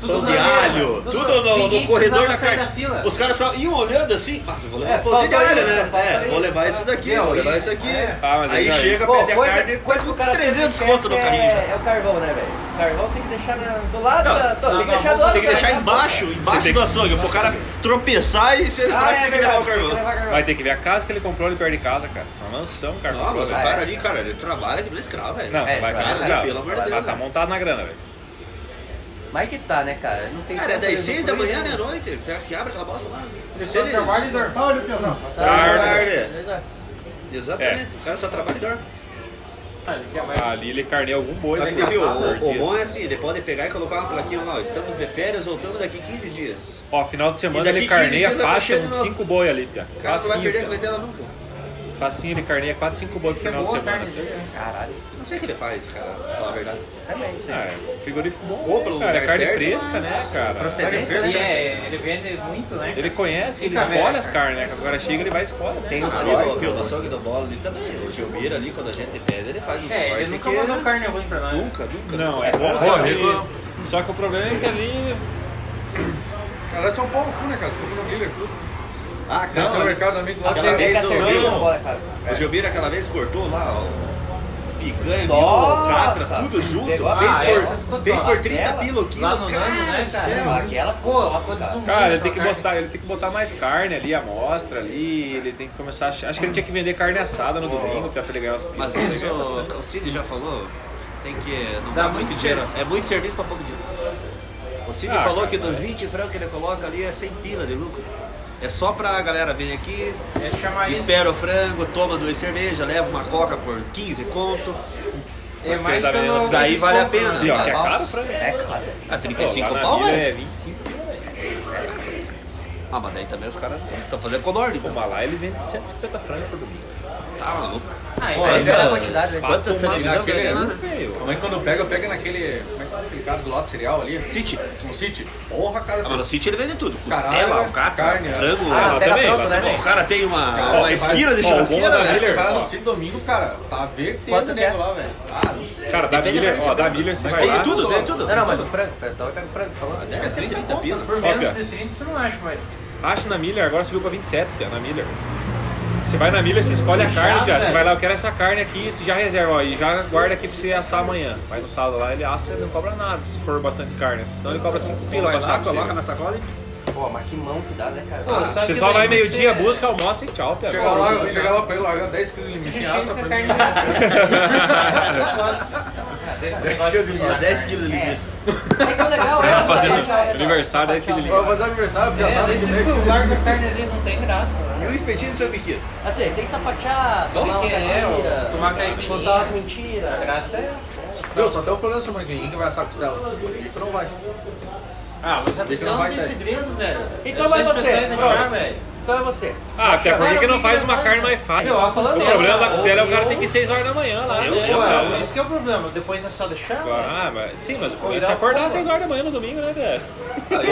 [SPEAKER 2] pão
[SPEAKER 3] na
[SPEAKER 2] de
[SPEAKER 3] mesa,
[SPEAKER 2] alho,
[SPEAKER 3] tudo-
[SPEAKER 2] tudo no,
[SPEAKER 3] ninguém
[SPEAKER 2] no corredor
[SPEAKER 3] precisava
[SPEAKER 2] da
[SPEAKER 3] sair
[SPEAKER 2] carne.
[SPEAKER 3] da fila.
[SPEAKER 2] Os caras só iam olhando assim, nossa, eu vou levar
[SPEAKER 5] É,
[SPEAKER 2] um pãozinho de
[SPEAKER 5] falta
[SPEAKER 2] alho,
[SPEAKER 5] isso,
[SPEAKER 2] né?
[SPEAKER 5] falta
[SPEAKER 2] É,
[SPEAKER 5] isso,
[SPEAKER 2] vou levar
[SPEAKER 5] falta
[SPEAKER 2] isso daqui,
[SPEAKER 3] isso.
[SPEAKER 2] vou levar isso aqui.
[SPEAKER 3] É.
[SPEAKER 4] Ah, mas
[SPEAKER 2] Aí
[SPEAKER 4] aí-
[SPEAKER 2] chega,
[SPEAKER 5] Pô,
[SPEAKER 2] perde a
[SPEAKER 5] coisa-
[SPEAKER 2] carne, tá
[SPEAKER 5] coisa que
[SPEAKER 2] com
[SPEAKER 5] o cara
[SPEAKER 2] 300
[SPEAKER 5] esquece
[SPEAKER 2] conto no carrinho já.
[SPEAKER 5] É, é o carvão, né, velho? O carvão tem que deixar na- do lado
[SPEAKER 2] Não,
[SPEAKER 5] da. Tô,
[SPEAKER 3] não,
[SPEAKER 5] tem que
[SPEAKER 3] não,
[SPEAKER 5] deixar do lado
[SPEAKER 2] Tem que
[SPEAKER 5] da-
[SPEAKER 2] deixar
[SPEAKER 5] da-
[SPEAKER 2] embaixo,
[SPEAKER 4] Você
[SPEAKER 2] embaixo
[SPEAKER 4] tem
[SPEAKER 2] do
[SPEAKER 4] que-
[SPEAKER 2] açougue, pro cara tropeçar e se ele
[SPEAKER 5] Ah,
[SPEAKER 2] parar que
[SPEAKER 5] é
[SPEAKER 2] tem que levar o
[SPEAKER 5] verdade,
[SPEAKER 2] carvão.
[SPEAKER 5] tem que levar o carvão.
[SPEAKER 4] Vai ter que ver a casa que ele comprou ali perto de casa, cara. Uma mansão, cara.
[SPEAKER 2] Não,
[SPEAKER 4] comprou,
[SPEAKER 2] mas o
[SPEAKER 4] velho.
[SPEAKER 2] cara ali, cara, ele trabalha que não é escravo, velho.
[SPEAKER 4] Não,
[SPEAKER 5] É,
[SPEAKER 4] vai
[SPEAKER 5] isso
[SPEAKER 4] ficar
[SPEAKER 5] aí,
[SPEAKER 4] escravo.
[SPEAKER 2] pelo amor de
[SPEAKER 4] Vai
[SPEAKER 2] Deus,
[SPEAKER 4] tá
[SPEAKER 2] né?
[SPEAKER 4] montado na grana, velho.
[SPEAKER 5] Mas que tá, né, cara? Não tem
[SPEAKER 2] Cara, é
[SPEAKER 5] como
[SPEAKER 2] das
[SPEAKER 5] fazer
[SPEAKER 2] 6 da
[SPEAKER 5] coisa,
[SPEAKER 2] manhã,
[SPEAKER 5] né?
[SPEAKER 2] meia-noite, ele tem que abre aquela bosta lá. Se
[SPEAKER 3] Pessoal
[SPEAKER 2] ele-
[SPEAKER 3] trabalha e dorme. Olha o piozão.
[SPEAKER 4] Tarde. É.
[SPEAKER 2] Tarde.
[SPEAKER 5] Beleza?
[SPEAKER 2] Exatamente, o cara só trabalha e dorme.
[SPEAKER 4] Ali ele carneou algum boi. né?
[SPEAKER 2] Mas
[SPEAKER 4] velho.
[SPEAKER 2] teve, o, o, o
[SPEAKER 4] Perdido.
[SPEAKER 2] bom é assim, ele pode pegar e colocar uma plaquinha lá, ó, estamos de férias, voltamos daqui 15 dias.
[SPEAKER 4] Ó, final de
[SPEAKER 2] E
[SPEAKER 4] semana
[SPEAKER 2] daqui
[SPEAKER 4] ele
[SPEAKER 2] 15
[SPEAKER 4] carneia
[SPEAKER 2] dias vai
[SPEAKER 4] faixa
[SPEAKER 2] tá cheio
[SPEAKER 4] uns
[SPEAKER 2] de novo.
[SPEAKER 4] 5 boi ali, cara.
[SPEAKER 2] O cara não vai
[SPEAKER 4] Facinho,
[SPEAKER 2] perder a
[SPEAKER 4] Assim, cara.
[SPEAKER 2] clientela nunca.
[SPEAKER 4] Facinho ele carneia 4, 5 boi no
[SPEAKER 3] É
[SPEAKER 4] final de
[SPEAKER 3] boa a
[SPEAKER 4] semana.
[SPEAKER 3] carne dele, né?
[SPEAKER 5] Caralho,
[SPEAKER 2] Não sei o que ele faz, cara, pra falar a verdade.
[SPEAKER 5] também, isso aí.
[SPEAKER 4] Ah, é frigorífico bom,
[SPEAKER 2] Compra
[SPEAKER 4] né,
[SPEAKER 2] no
[SPEAKER 4] cara. É
[SPEAKER 2] um lugar
[SPEAKER 4] carne
[SPEAKER 2] certo,
[SPEAKER 4] fresca,
[SPEAKER 2] mas-
[SPEAKER 4] né, cara?
[SPEAKER 5] Procedência,
[SPEAKER 3] E
[SPEAKER 5] né?
[SPEAKER 3] é, ele vende muito, né?
[SPEAKER 4] Ele conhece, ele
[SPEAKER 3] Fica
[SPEAKER 4] escolhe
[SPEAKER 3] velho,
[SPEAKER 4] as carnes, né? cara? Agora chega, ele vai e escolhe, né?
[SPEAKER 5] Tem os
[SPEAKER 2] Ali no,
[SPEAKER 5] cortes.
[SPEAKER 2] viu, no açougue do bolo ali também, o Gilmiro ali, quando a gente pede, ele faz um
[SPEAKER 3] É, ele nunca mandou carne né? ruim pra nós.
[SPEAKER 2] Nunca, nunca.
[SPEAKER 4] Não,
[SPEAKER 2] nunca.
[SPEAKER 4] é bom,
[SPEAKER 1] Bom,
[SPEAKER 4] só que...
[SPEAKER 1] amigo, não.
[SPEAKER 4] Só que o problema é que ali...
[SPEAKER 1] Cara, são Paulo, né, cara? Ficou no Miller, tudo.
[SPEAKER 2] Ah,
[SPEAKER 1] Não, no
[SPEAKER 2] cara,
[SPEAKER 1] mercado amigo lá.
[SPEAKER 5] Nossa,
[SPEAKER 2] Aquela
[SPEAKER 5] é
[SPEAKER 2] vez
[SPEAKER 5] que a
[SPEAKER 2] eu
[SPEAKER 5] cerveja
[SPEAKER 2] vi
[SPEAKER 5] não
[SPEAKER 2] um-
[SPEAKER 5] rola, cara.
[SPEAKER 2] o Gilmiro aquela vez cortou lá, ó. Picanha,
[SPEAKER 5] Nossa!
[SPEAKER 2] milo, catra, tudo junto. Fez
[SPEAKER 5] Pegou a-
[SPEAKER 3] Ah, essa
[SPEAKER 2] por,
[SPEAKER 3] ficou
[SPEAKER 2] fez
[SPEAKER 3] top.
[SPEAKER 2] por 30
[SPEAKER 5] Aquela?
[SPEAKER 2] pilo o quilo,
[SPEAKER 3] Lá no
[SPEAKER 2] cara
[SPEAKER 3] Nando, né,
[SPEAKER 2] do
[SPEAKER 3] cara?
[SPEAKER 2] céu.
[SPEAKER 5] Aquela
[SPEAKER 3] Pô,
[SPEAKER 5] ficou
[SPEAKER 3] ela
[SPEAKER 5] louca,
[SPEAKER 3] ficou
[SPEAKER 5] cara.
[SPEAKER 3] desumida.
[SPEAKER 4] Cara, ele tem que
[SPEAKER 3] aquela
[SPEAKER 4] botar, ele tem que botar mais carne ali, amostra ali, ele tem que começar a... Acho que ele tinha que vender carne assada no domingo pra ele ganhar os
[SPEAKER 2] Mas
[SPEAKER 4] pilos,
[SPEAKER 2] isso,
[SPEAKER 4] né, cara?
[SPEAKER 2] o Cid já falou, tem que. Não
[SPEAKER 3] Dá
[SPEAKER 2] dá
[SPEAKER 3] muito
[SPEAKER 2] muito dinheiro. É muito serviço pra pouco dinheiro. O Cid
[SPEAKER 4] Ah,
[SPEAKER 2] falou
[SPEAKER 4] cara,
[SPEAKER 2] que dos
[SPEAKER 4] mas-
[SPEAKER 2] 20 francos que ele coloca ali é 100 pila de lucro. É só pra galera vir aqui,
[SPEAKER 3] carne. É chamar isso.
[SPEAKER 2] espera o frango, toma duas cervejas, leva uma coca por 15 conto.
[SPEAKER 3] É mais né?
[SPEAKER 4] Porque
[SPEAKER 3] pelo.
[SPEAKER 2] daí
[SPEAKER 3] pelo
[SPEAKER 2] vale a
[SPEAKER 3] desconto,
[SPEAKER 2] pena.
[SPEAKER 4] E ó, que é
[SPEAKER 2] Nossa.
[SPEAKER 4] caro pra ele.
[SPEAKER 5] É, cara.
[SPEAKER 2] A
[SPEAKER 4] Pô,
[SPEAKER 2] 35
[SPEAKER 4] lá na
[SPEAKER 2] pau,
[SPEAKER 4] Miller
[SPEAKER 2] é.
[SPEAKER 4] é 25
[SPEAKER 2] Ah, mas daí também os caras estão fazendo color, então.
[SPEAKER 4] Mas lá ele vende 150 francos por domingo.
[SPEAKER 2] Tá maluco.
[SPEAKER 3] Ah, então
[SPEAKER 5] Pô,
[SPEAKER 3] é
[SPEAKER 5] ele dá
[SPEAKER 3] bom.
[SPEAKER 5] quantidade,
[SPEAKER 2] Quantas,
[SPEAKER 5] né?
[SPEAKER 2] quantas
[SPEAKER 1] Pô,
[SPEAKER 2] televisão que
[SPEAKER 1] aquele
[SPEAKER 2] ele
[SPEAKER 1] é
[SPEAKER 2] ganha
[SPEAKER 1] muito
[SPEAKER 2] lá?
[SPEAKER 1] feio. A mãe quando pega, pega naquele. Como é que é aquele cara do lado cereal ali?
[SPEAKER 2] City.
[SPEAKER 1] No City. Porra, cara.
[SPEAKER 2] Ah, mas no City ele vende tudo.
[SPEAKER 1] Caralho,
[SPEAKER 2] Costela, alcatra,
[SPEAKER 1] carne, é.
[SPEAKER 2] frango. é,
[SPEAKER 5] Ah,
[SPEAKER 4] lá
[SPEAKER 5] pega
[SPEAKER 4] também,
[SPEAKER 5] pronto,
[SPEAKER 4] lá
[SPEAKER 5] né?
[SPEAKER 4] também.
[SPEAKER 2] O cara tem
[SPEAKER 1] Cara,
[SPEAKER 2] uma, uma
[SPEAKER 1] você
[SPEAKER 2] esquina de
[SPEAKER 4] é. faz- Ó, o bom
[SPEAKER 2] churrasqueira,
[SPEAKER 4] da
[SPEAKER 2] né?
[SPEAKER 1] Miller, cara
[SPEAKER 4] ó.
[SPEAKER 1] no City domingo, cara, tá vertendo
[SPEAKER 5] Quanto
[SPEAKER 1] o
[SPEAKER 5] que é?
[SPEAKER 1] nego lá, velho. Ah, não sei.
[SPEAKER 4] Cara, da
[SPEAKER 2] Depende da
[SPEAKER 4] Miller,
[SPEAKER 2] carne que
[SPEAKER 4] ó,
[SPEAKER 2] você
[SPEAKER 4] da Miller você vai lá.
[SPEAKER 2] Tem é tudo, tem tudo. Ah,
[SPEAKER 5] Não, não, mas o frango, eu tava pegando o frango, você falou?
[SPEAKER 2] Deve ser 30
[SPEAKER 3] conto,
[SPEAKER 2] pila.
[SPEAKER 3] Por
[SPEAKER 4] Ó,
[SPEAKER 3] menos
[SPEAKER 4] Pia.
[SPEAKER 3] de 30 você não acha, mas.
[SPEAKER 4] Acha na Miller, agora subiu pra 27, pia, na Miller. Você vai na Miller, você escolhe a carne, pia. Você vai lá, eu quero essa carne aqui, você já reserva, ó, e já guarda aqui pra você assar amanhã. Vai no sábado lá, ele assa e não cobra nada, se for bastante carne. né? Senão ele cobra 5 pila
[SPEAKER 2] Vai
[SPEAKER 4] pra
[SPEAKER 2] lá,
[SPEAKER 4] assar pra
[SPEAKER 2] coloca
[SPEAKER 4] você.
[SPEAKER 2] na sacola e
[SPEAKER 5] Pô, mas que mão que dá, né, cara?
[SPEAKER 3] Pô, sabe
[SPEAKER 4] Você
[SPEAKER 3] que
[SPEAKER 4] só
[SPEAKER 3] daí
[SPEAKER 4] vai meio-dia,
[SPEAKER 3] você-
[SPEAKER 4] busca, almoça e tchau, pia.
[SPEAKER 1] Chega lá, chega lá pra ele, larga 10 quilos de
[SPEAKER 3] Você
[SPEAKER 1] limitinha,
[SPEAKER 3] chega
[SPEAKER 1] assa
[SPEAKER 3] com
[SPEAKER 1] pra
[SPEAKER 3] a
[SPEAKER 1] mim.
[SPEAKER 3] carne.
[SPEAKER 1] (laughs)
[SPEAKER 3] Desse negócio de
[SPEAKER 2] Ó,
[SPEAKER 3] usar.
[SPEAKER 2] 10 quilos de linguiça.
[SPEAKER 5] É que legal, é.
[SPEAKER 4] Tá fazendo
[SPEAKER 5] cara, é,
[SPEAKER 4] aniversário
[SPEAKER 5] tá,
[SPEAKER 4] daquele
[SPEAKER 5] tá,
[SPEAKER 4] livro.
[SPEAKER 1] Vai fazer aniversário, porque
[SPEAKER 3] É,
[SPEAKER 1] assado
[SPEAKER 3] daí
[SPEAKER 1] de
[SPEAKER 3] você
[SPEAKER 1] meio.
[SPEAKER 3] larga a carne ali, não tem graça. né?
[SPEAKER 2] E o espetinho de sambiquiro?
[SPEAKER 5] Assim, tem que sapatear,
[SPEAKER 2] Como
[SPEAKER 5] tomar uma
[SPEAKER 3] que é,
[SPEAKER 5] caipira,
[SPEAKER 3] ô? Tomar caipirinha.
[SPEAKER 5] contar umas mentiras.
[SPEAKER 3] A graça é essa.
[SPEAKER 1] Meu, só tem um problema, seu Marquinhos. Quem que vai assar com dela? Não vai.
[SPEAKER 4] Ah, você...
[SPEAKER 1] Ele
[SPEAKER 3] Você
[SPEAKER 1] não
[SPEAKER 3] não
[SPEAKER 1] vai
[SPEAKER 3] tem
[SPEAKER 1] tá aí.
[SPEAKER 3] segredo, velho.
[SPEAKER 5] Então vai você.
[SPEAKER 3] Pronto.
[SPEAKER 5] Pronto. Então é você.
[SPEAKER 4] ah pia, por que, que não faz uma carne mais
[SPEAKER 3] Meu,
[SPEAKER 4] fácil?
[SPEAKER 3] ó,
[SPEAKER 4] O
[SPEAKER 3] falando
[SPEAKER 4] problema da
[SPEAKER 3] nisso,
[SPEAKER 4] costela é o cara
[SPEAKER 3] eu-
[SPEAKER 4] ter que ir 6 horas da manhã lá, né?
[SPEAKER 2] Eu-
[SPEAKER 3] Pô, é, esse que é o problema. Depois é só deixar. né?
[SPEAKER 4] Ah, mas, sim, mas o problema é se acordar às 6 horas da manhã no domingo, né, velho?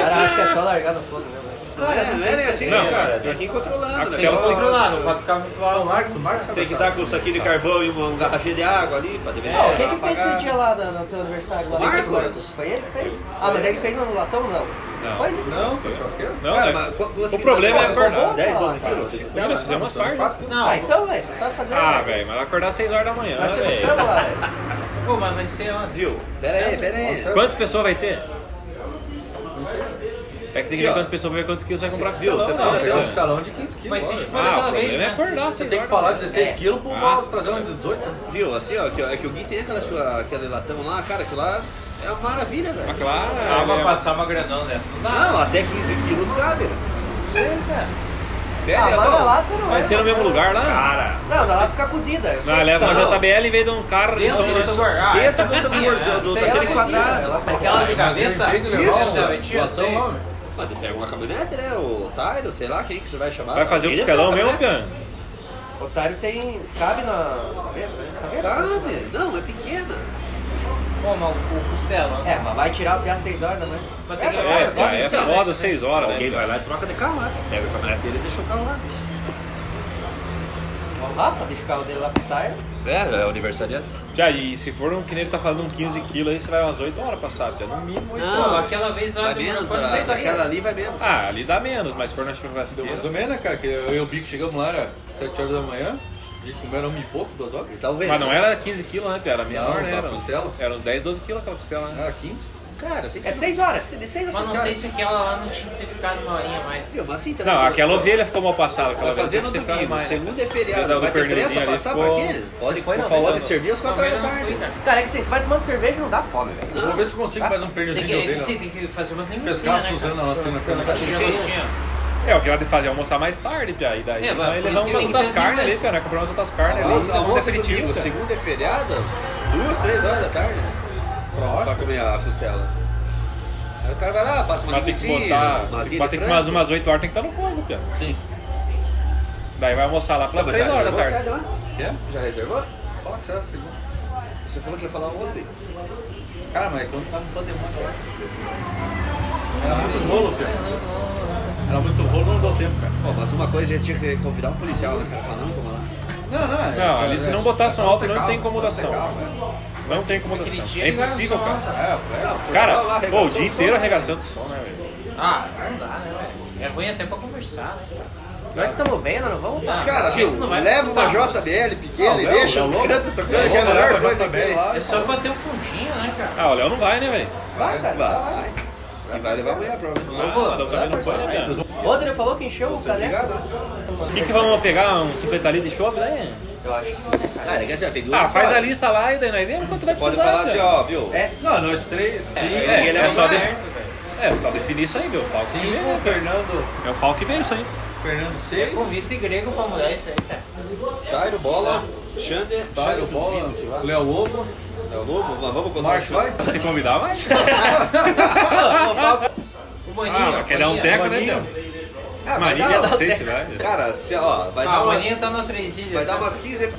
[SPEAKER 5] Caraca, é só largar no fogo, né, velho?
[SPEAKER 2] Não é, não é nem assim, né,
[SPEAKER 4] Não.
[SPEAKER 2] cara? Tem que ir controlando, né?
[SPEAKER 4] Tem que
[SPEAKER 3] Tem
[SPEAKER 2] Ó,
[SPEAKER 3] que lá, não pode ficar muito alto.
[SPEAKER 1] Marcos, Marcos.
[SPEAKER 2] Tem que estar com um saquinho de carvão e uma garrafinha de água ali pra de vez em
[SPEAKER 5] Não, quem
[SPEAKER 2] quando
[SPEAKER 5] que fez
[SPEAKER 2] apagar.
[SPEAKER 5] aquele dia lá no, no teu aniversário? Lá no
[SPEAKER 2] Marcos.
[SPEAKER 5] Marcos? Foi ele que fez? Ah, mas ele fez no latão, não?
[SPEAKER 4] Não.
[SPEAKER 5] Foi, né?
[SPEAKER 1] Não, foi churrasqueira.
[SPEAKER 4] Não,
[SPEAKER 2] Cara,
[SPEAKER 4] né?
[SPEAKER 2] mas qu- quantos
[SPEAKER 4] O
[SPEAKER 2] quilos
[SPEAKER 4] problema é
[SPEAKER 2] tá bom?
[SPEAKER 4] acordar.
[SPEAKER 2] 10, 12 quilos?
[SPEAKER 4] Sim, nós fizemos umas partes.
[SPEAKER 1] Quatro.
[SPEAKER 3] Não,
[SPEAKER 5] Ah, então, velho, você sabe fazer,
[SPEAKER 4] Ah, velho, mas acordar às 6 horas da manhã,
[SPEAKER 5] Nós se
[SPEAKER 4] velho.
[SPEAKER 5] gostamos lá, velho.
[SPEAKER 3] Pô, mas vai ser onde?
[SPEAKER 2] Viu? Pera aí, pera aí.
[SPEAKER 4] Quantas pessoas vai ter? É que tem que
[SPEAKER 2] Aqui,
[SPEAKER 4] ver
[SPEAKER 2] ó.
[SPEAKER 4] quantas pessoas vai ver quantos quilos vai comprar pro
[SPEAKER 2] Viu,
[SPEAKER 4] estelão,
[SPEAKER 2] você
[SPEAKER 4] não,
[SPEAKER 2] fala até
[SPEAKER 4] cara.
[SPEAKER 2] uns
[SPEAKER 1] Escalão de 15 quilos.
[SPEAKER 3] Mas se É. a gente for
[SPEAKER 4] Ah,
[SPEAKER 3] daquela
[SPEAKER 4] o
[SPEAKER 3] vez,
[SPEAKER 4] problema é
[SPEAKER 3] né?
[SPEAKER 4] acordar às
[SPEAKER 1] Você
[SPEAKER 4] 6
[SPEAKER 1] um tem que
[SPEAKER 4] horas.
[SPEAKER 1] falar
[SPEAKER 4] da manhã.
[SPEAKER 1] 16 quilos pro
[SPEAKER 4] Ah,
[SPEAKER 1] Bob trazer um de 18.
[SPEAKER 2] Viu, assim, ó, que, é que o Gui tem aquela, chua- aquele latão lá, cara, aquilo lá é uma maravilha,
[SPEAKER 4] Mas
[SPEAKER 2] velho.
[SPEAKER 4] claro,
[SPEAKER 3] Ah,
[SPEAKER 4] ele
[SPEAKER 3] pra
[SPEAKER 4] é-
[SPEAKER 3] passar uma granão dessa não dá.
[SPEAKER 2] Não, até 15 quilos cabe.
[SPEAKER 3] Não sei, cara.
[SPEAKER 2] Pede
[SPEAKER 5] Ah, mas na
[SPEAKER 2] então.
[SPEAKER 5] lata não é.
[SPEAKER 4] tá Vai ser no mesmo lugar Né? lá?
[SPEAKER 2] Cara,
[SPEAKER 5] Não, na lata fica cozida. Eu
[SPEAKER 4] Não, leva
[SPEAKER 2] Não.
[SPEAKER 4] uma JBL em vez de um carro
[SPEAKER 5] é
[SPEAKER 4] de som.
[SPEAKER 2] dentro do
[SPEAKER 4] né?
[SPEAKER 2] ah, dentro do tambor, seu- do,
[SPEAKER 5] sei, ela
[SPEAKER 2] daquele
[SPEAKER 5] cozida,
[SPEAKER 2] quadrado.
[SPEAKER 5] ela-
[SPEAKER 1] é
[SPEAKER 3] Aquela
[SPEAKER 1] um
[SPEAKER 3] de
[SPEAKER 5] Tá.
[SPEAKER 3] gaveta?
[SPEAKER 1] Isso,
[SPEAKER 3] Isso. é
[SPEAKER 1] um botão lá, meu.
[SPEAKER 2] Mas pega uma caminhonete, né? O Tyro, sei lá quem que você vai chamar.
[SPEAKER 4] Vai fazer o
[SPEAKER 2] Ele
[SPEAKER 4] piscadão
[SPEAKER 2] fala,
[SPEAKER 4] mesmo,
[SPEAKER 2] né?
[SPEAKER 4] Piano?
[SPEAKER 5] Otário tem. Cabe na. Sabendo, né? Sabendo?
[SPEAKER 2] Cabe, não, é pequena.
[SPEAKER 3] Pô, mas o Costela.
[SPEAKER 4] Tá.
[SPEAKER 5] É, mas vai tirar até às 6 horas da manhã.
[SPEAKER 3] Mas tem que levar.
[SPEAKER 4] É, tá, é
[SPEAKER 3] isso, né?
[SPEAKER 4] foda 6 horas, né?
[SPEAKER 2] Alguém
[SPEAKER 4] cara?
[SPEAKER 2] vai lá e troca de carro lá. cara. Pega a caminhonete dele e deixa o carro lá.
[SPEAKER 5] O Rafa deixa o carro dele lá pro Tyler.
[SPEAKER 2] É, é aniversariante.
[SPEAKER 5] Então,
[SPEAKER 4] Já, e se for um que nem ele tá falando, um 15 quilos aí, você vai umas 8 horas pra Sábia, no mínimo 8
[SPEAKER 2] Não.
[SPEAKER 4] horas.
[SPEAKER 3] Pô, aquela vez nós
[SPEAKER 2] Vai menos,
[SPEAKER 3] demoramos
[SPEAKER 2] a-
[SPEAKER 3] seis horas.
[SPEAKER 2] aquela ali vai menos.
[SPEAKER 4] Ah, ali dá menos, mas se for na
[SPEAKER 1] Deu mais
[SPEAKER 4] churrasqueira...
[SPEAKER 1] ou menos, né, cara, que eu e o Bico chegamos lá, era 7 horas da manhã, e comeram uma e pouco, duas horas.
[SPEAKER 2] Eles estavam vendo.
[SPEAKER 4] Mas não era 15 quilos, né, Pia? Era menor,
[SPEAKER 1] Não,
[SPEAKER 4] né?
[SPEAKER 1] da
[SPEAKER 4] Era uns,
[SPEAKER 1] costela.
[SPEAKER 4] era uns 10, 12 quilos aquela costela, né?
[SPEAKER 1] Era 15.
[SPEAKER 2] Cara, tem que
[SPEAKER 5] É
[SPEAKER 2] ser.
[SPEAKER 5] 6 horas, de 6
[SPEAKER 3] Mas
[SPEAKER 5] horas.
[SPEAKER 3] não sei se aquela lá não tinha que ter ficado uma horinha mais.
[SPEAKER 2] Mas assim também.
[SPEAKER 4] Não, aquela ovelha ficou mal passada. Aquela
[SPEAKER 2] Vai fazer no
[SPEAKER 4] ovelha deve ter ficado
[SPEAKER 2] Tá domingo,
[SPEAKER 4] mais, né?
[SPEAKER 2] segunda é
[SPEAKER 4] Vai dar
[SPEAKER 2] feriado.
[SPEAKER 4] do
[SPEAKER 2] Vai ter
[SPEAKER 4] pernilzinho
[SPEAKER 2] pressa
[SPEAKER 4] ali,
[SPEAKER 2] passar pra
[SPEAKER 4] ficou-
[SPEAKER 2] quê? Pode,
[SPEAKER 5] foi, não,
[SPEAKER 2] pode
[SPEAKER 5] velho?
[SPEAKER 2] servir às 4
[SPEAKER 3] Não,
[SPEAKER 2] horas
[SPEAKER 3] eu
[SPEAKER 2] da
[SPEAKER 3] não
[SPEAKER 2] tarde.
[SPEAKER 3] fui, cara.
[SPEAKER 5] Cara, é que vocês vai tomando cerveja e não dá fome, velho.
[SPEAKER 1] Vou ver se eu consigo mais um
[SPEAKER 3] Tem
[SPEAKER 1] pernilzinho de
[SPEAKER 3] que, sim,
[SPEAKER 1] ovelha.
[SPEAKER 3] tem que fazer umas né, linguiças.
[SPEAKER 1] Pescar a Suzana lá, assim, na perna.
[SPEAKER 2] Sim,
[SPEAKER 3] Tinha
[SPEAKER 2] sim.
[SPEAKER 3] gostinho.
[SPEAKER 4] É, o que ela tem que fazer é almoçar mais tarde, Pia. E daí
[SPEAKER 3] É, mas
[SPEAKER 4] vai levar
[SPEAKER 3] por isso que
[SPEAKER 4] umas
[SPEAKER 3] tem
[SPEAKER 4] outras
[SPEAKER 3] que ter
[SPEAKER 4] carnes ali,
[SPEAKER 3] mais.
[SPEAKER 4] Pia. Nós compramos umas outras carnes ali.
[SPEAKER 2] Almoço,
[SPEAKER 4] dá um
[SPEAKER 2] almoço é
[SPEAKER 4] aperitivo,
[SPEAKER 2] domingo,
[SPEAKER 4] cara.
[SPEAKER 2] segunda é feriado, duas, três horas da tarde. Pra comer a costela. Aí o cara vai lá, passa uma
[SPEAKER 4] Mas tem que
[SPEAKER 2] linguiça,
[SPEAKER 4] botar...
[SPEAKER 2] uma asinha
[SPEAKER 4] Mas
[SPEAKER 2] de
[SPEAKER 4] tem que um umas,
[SPEAKER 2] frango.
[SPEAKER 4] umas 8 horas tem que estar no fogo, Pia.
[SPEAKER 1] Sim.
[SPEAKER 4] Daí vai almoçar lá
[SPEAKER 2] Não,
[SPEAKER 4] pelas
[SPEAKER 2] mas tá,
[SPEAKER 4] 3
[SPEAKER 2] já
[SPEAKER 4] horas da
[SPEAKER 2] reservou,
[SPEAKER 4] tarde.
[SPEAKER 2] sai lá.
[SPEAKER 1] Quer?
[SPEAKER 2] Já reservou?
[SPEAKER 3] tá
[SPEAKER 1] Fala que será a segunda.
[SPEAKER 2] Você falou que ia falar ontem.
[SPEAKER 1] Cara, mas quando tava no pandemônio lá. Era muito rolo, cara. Era muito rolo, não deu tempo, cara.
[SPEAKER 2] Pô, mas uma coisa a gente tinha que convidar um policial, né, cara? Pra não incomodar.
[SPEAKER 1] Não, não. é
[SPEAKER 4] Não,
[SPEAKER 1] só-
[SPEAKER 4] ali se
[SPEAKER 1] é-
[SPEAKER 4] não botar som
[SPEAKER 1] é só
[SPEAKER 4] alto,
[SPEAKER 1] ter
[SPEAKER 4] não
[SPEAKER 1] calma,
[SPEAKER 4] tem
[SPEAKER 1] só ter
[SPEAKER 4] incomodação.
[SPEAKER 1] calma, é.
[SPEAKER 4] Não tem incomodação.
[SPEAKER 3] Aquele dia
[SPEAKER 4] É
[SPEAKER 3] ele era
[SPEAKER 4] impossível,
[SPEAKER 3] só-
[SPEAKER 4] cara.
[SPEAKER 1] É,
[SPEAKER 2] Não,
[SPEAKER 4] Cara,
[SPEAKER 2] Portugal lá
[SPEAKER 4] pô, o
[SPEAKER 2] arregaçou
[SPEAKER 4] dia inteiro
[SPEAKER 2] som,
[SPEAKER 4] arregaçando som, né, velho?
[SPEAKER 3] Ah, não dá, né, velho? É ruim até pra conversar, né?
[SPEAKER 5] Nós estamos vendo, não vamos dar.
[SPEAKER 2] Cara,
[SPEAKER 3] a
[SPEAKER 2] viu?
[SPEAKER 3] gente não vai
[SPEAKER 2] Leva uma
[SPEAKER 3] escutar.
[SPEAKER 2] JBL pequena
[SPEAKER 1] Não,
[SPEAKER 2] e
[SPEAKER 1] não,
[SPEAKER 2] deixa
[SPEAKER 1] não,
[SPEAKER 2] o
[SPEAKER 1] louco.
[SPEAKER 2] canto tocando, que é a
[SPEAKER 1] Vamos lá
[SPEAKER 2] melhor
[SPEAKER 1] pra
[SPEAKER 2] coisa que
[SPEAKER 1] JBL
[SPEAKER 2] tem.
[SPEAKER 1] lá.
[SPEAKER 3] É só bater o fundinho, né, cara?
[SPEAKER 4] Ah, o Léo não vai, né, velho?
[SPEAKER 5] Vai, cara.
[SPEAKER 2] Vai. E vai levar amanhã, provavelmente.
[SPEAKER 4] Ah, o Léo também não foi, né, cara?
[SPEAKER 5] Ontem ele falou que encheu o
[SPEAKER 2] Você é
[SPEAKER 5] caneco.
[SPEAKER 2] obrigado, né?
[SPEAKER 4] O que, que vamos pegar? Um 50 litros de chope, né?
[SPEAKER 5] Eu acho que sim, né, cara?
[SPEAKER 2] Cara, quer dizer, tem duas
[SPEAKER 4] Ah, faz a
[SPEAKER 2] histórias.
[SPEAKER 4] lista lá e daí nós vemos quanto vai
[SPEAKER 2] Pode
[SPEAKER 4] precisar.
[SPEAKER 2] falar assim,
[SPEAKER 4] cara.
[SPEAKER 2] ó, viu?
[SPEAKER 5] É.
[SPEAKER 1] Não, nós três, sim. né?
[SPEAKER 2] É,
[SPEAKER 4] É,
[SPEAKER 2] ele
[SPEAKER 4] é
[SPEAKER 2] é
[SPEAKER 4] só,
[SPEAKER 2] só
[SPEAKER 4] de... é só definir isso aí, meu. O Falco que vê,
[SPEAKER 1] Cinco,
[SPEAKER 4] né, cara?
[SPEAKER 1] Fernando,
[SPEAKER 4] É o Falco que vê isso aí.
[SPEAKER 1] Fernando
[SPEAKER 2] é
[SPEAKER 1] seis.
[SPEAKER 3] Convite grego pra mulher isso aí, cara.
[SPEAKER 2] Tairo, bola, Xander, Xander
[SPEAKER 1] Dário
[SPEAKER 2] dos
[SPEAKER 1] Bola,
[SPEAKER 2] Vinos, que lá.
[SPEAKER 1] Léo Ovo,
[SPEAKER 2] É o Lobo, mas vamos contar
[SPEAKER 1] Marcos
[SPEAKER 2] o
[SPEAKER 1] vai.
[SPEAKER 4] Se você convidar, vai.
[SPEAKER 3] O maninho.
[SPEAKER 4] Ah, mas quer dar um
[SPEAKER 3] Maninho.
[SPEAKER 4] teco, né, meu?
[SPEAKER 2] Ah, vai
[SPEAKER 4] Marinha,
[SPEAKER 2] dar-
[SPEAKER 4] não sei se vai.
[SPEAKER 2] (laughs) Cara, se, ó, vai,
[SPEAKER 3] Ah,
[SPEAKER 2] dar
[SPEAKER 3] o
[SPEAKER 2] umas,
[SPEAKER 3] maninho tá na três ilhas.
[SPEAKER 2] vai dar umas 15.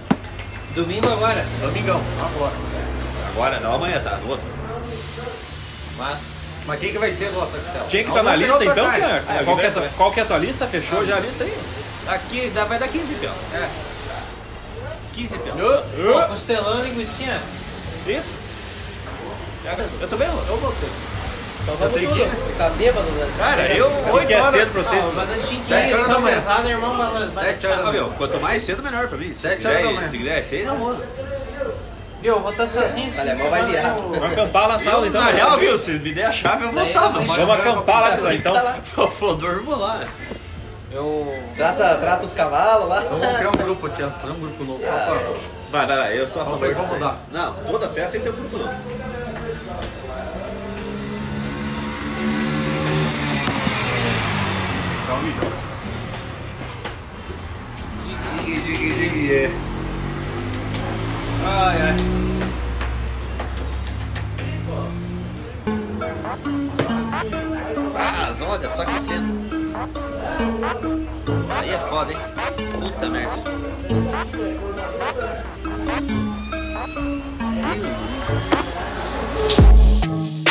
[SPEAKER 3] Domingo agora.
[SPEAKER 1] Domingão, agora.
[SPEAKER 2] Agora não, amanhã tá, no outro.
[SPEAKER 3] Mas.
[SPEAKER 1] Mas quem que vai ser a nossa costela?
[SPEAKER 4] Tinha que
[SPEAKER 1] Não,
[SPEAKER 4] tá na
[SPEAKER 1] vamos
[SPEAKER 4] lista
[SPEAKER 1] virar
[SPEAKER 4] então,
[SPEAKER 1] outra
[SPEAKER 4] cara.
[SPEAKER 1] carne. É,
[SPEAKER 4] Qual que é a
[SPEAKER 1] vira-
[SPEAKER 4] tua- Qual que é a tua lista? Fechou já a lista aí?
[SPEAKER 2] Aqui dá, vai dar 15 pião. É. 15 pião.
[SPEAKER 1] Ô, ô.
[SPEAKER 3] Costelão e linguiçinha.
[SPEAKER 4] Isso?
[SPEAKER 2] Eu também, mano. Eu gostei.
[SPEAKER 5] Então vamos tudo. Tá bêbado, né?
[SPEAKER 2] Cara, eu,
[SPEAKER 4] Acho
[SPEAKER 2] 8
[SPEAKER 4] que é
[SPEAKER 2] horas.
[SPEAKER 4] cedo pra vocês.
[SPEAKER 3] Ah, mas a gente
[SPEAKER 1] Sete
[SPEAKER 3] tinha
[SPEAKER 1] horas da
[SPEAKER 3] só
[SPEAKER 1] manhã.
[SPEAKER 3] pesado, irmão balanço.
[SPEAKER 1] Sete horas
[SPEAKER 2] Ah, meu, quanto mais cedo, melhor pra mim. Se
[SPEAKER 1] Sete horas da manhã.
[SPEAKER 2] quiser, se quiser, é cedo, eu vou.
[SPEAKER 3] Eu vou estar sozinho. esse
[SPEAKER 5] Olha,
[SPEAKER 3] fim de
[SPEAKER 5] vai
[SPEAKER 3] semana,
[SPEAKER 5] liar.
[SPEAKER 3] eu-
[SPEAKER 4] Vamos acampar lá na sala
[SPEAKER 2] Eu,
[SPEAKER 4] então.
[SPEAKER 2] na
[SPEAKER 4] cara.
[SPEAKER 2] real, viu? Se me der a chave, eu vou sábado.
[SPEAKER 4] Vamos acampar lá, pessoal. Então,
[SPEAKER 2] (laughs) Eu vou dormir lá.
[SPEAKER 1] Eu.
[SPEAKER 5] Trata, trata os cavalos lá.
[SPEAKER 1] Vamos criar um grupo aqui, ó. Fazer um grupo novo. Só pra-
[SPEAKER 2] Vai, vai, vai. Eu sou a
[SPEAKER 1] Vamos
[SPEAKER 2] favor
[SPEAKER 1] ver,
[SPEAKER 2] disso aí.
[SPEAKER 1] vamos
[SPEAKER 2] Não, toda festa tem que ter um grupo, não. Digui, digui, digui, é.
[SPEAKER 1] Ai, ai.
[SPEAKER 2] Mas olha só que cena. Aí é foda, hein? Puta merda. Meu.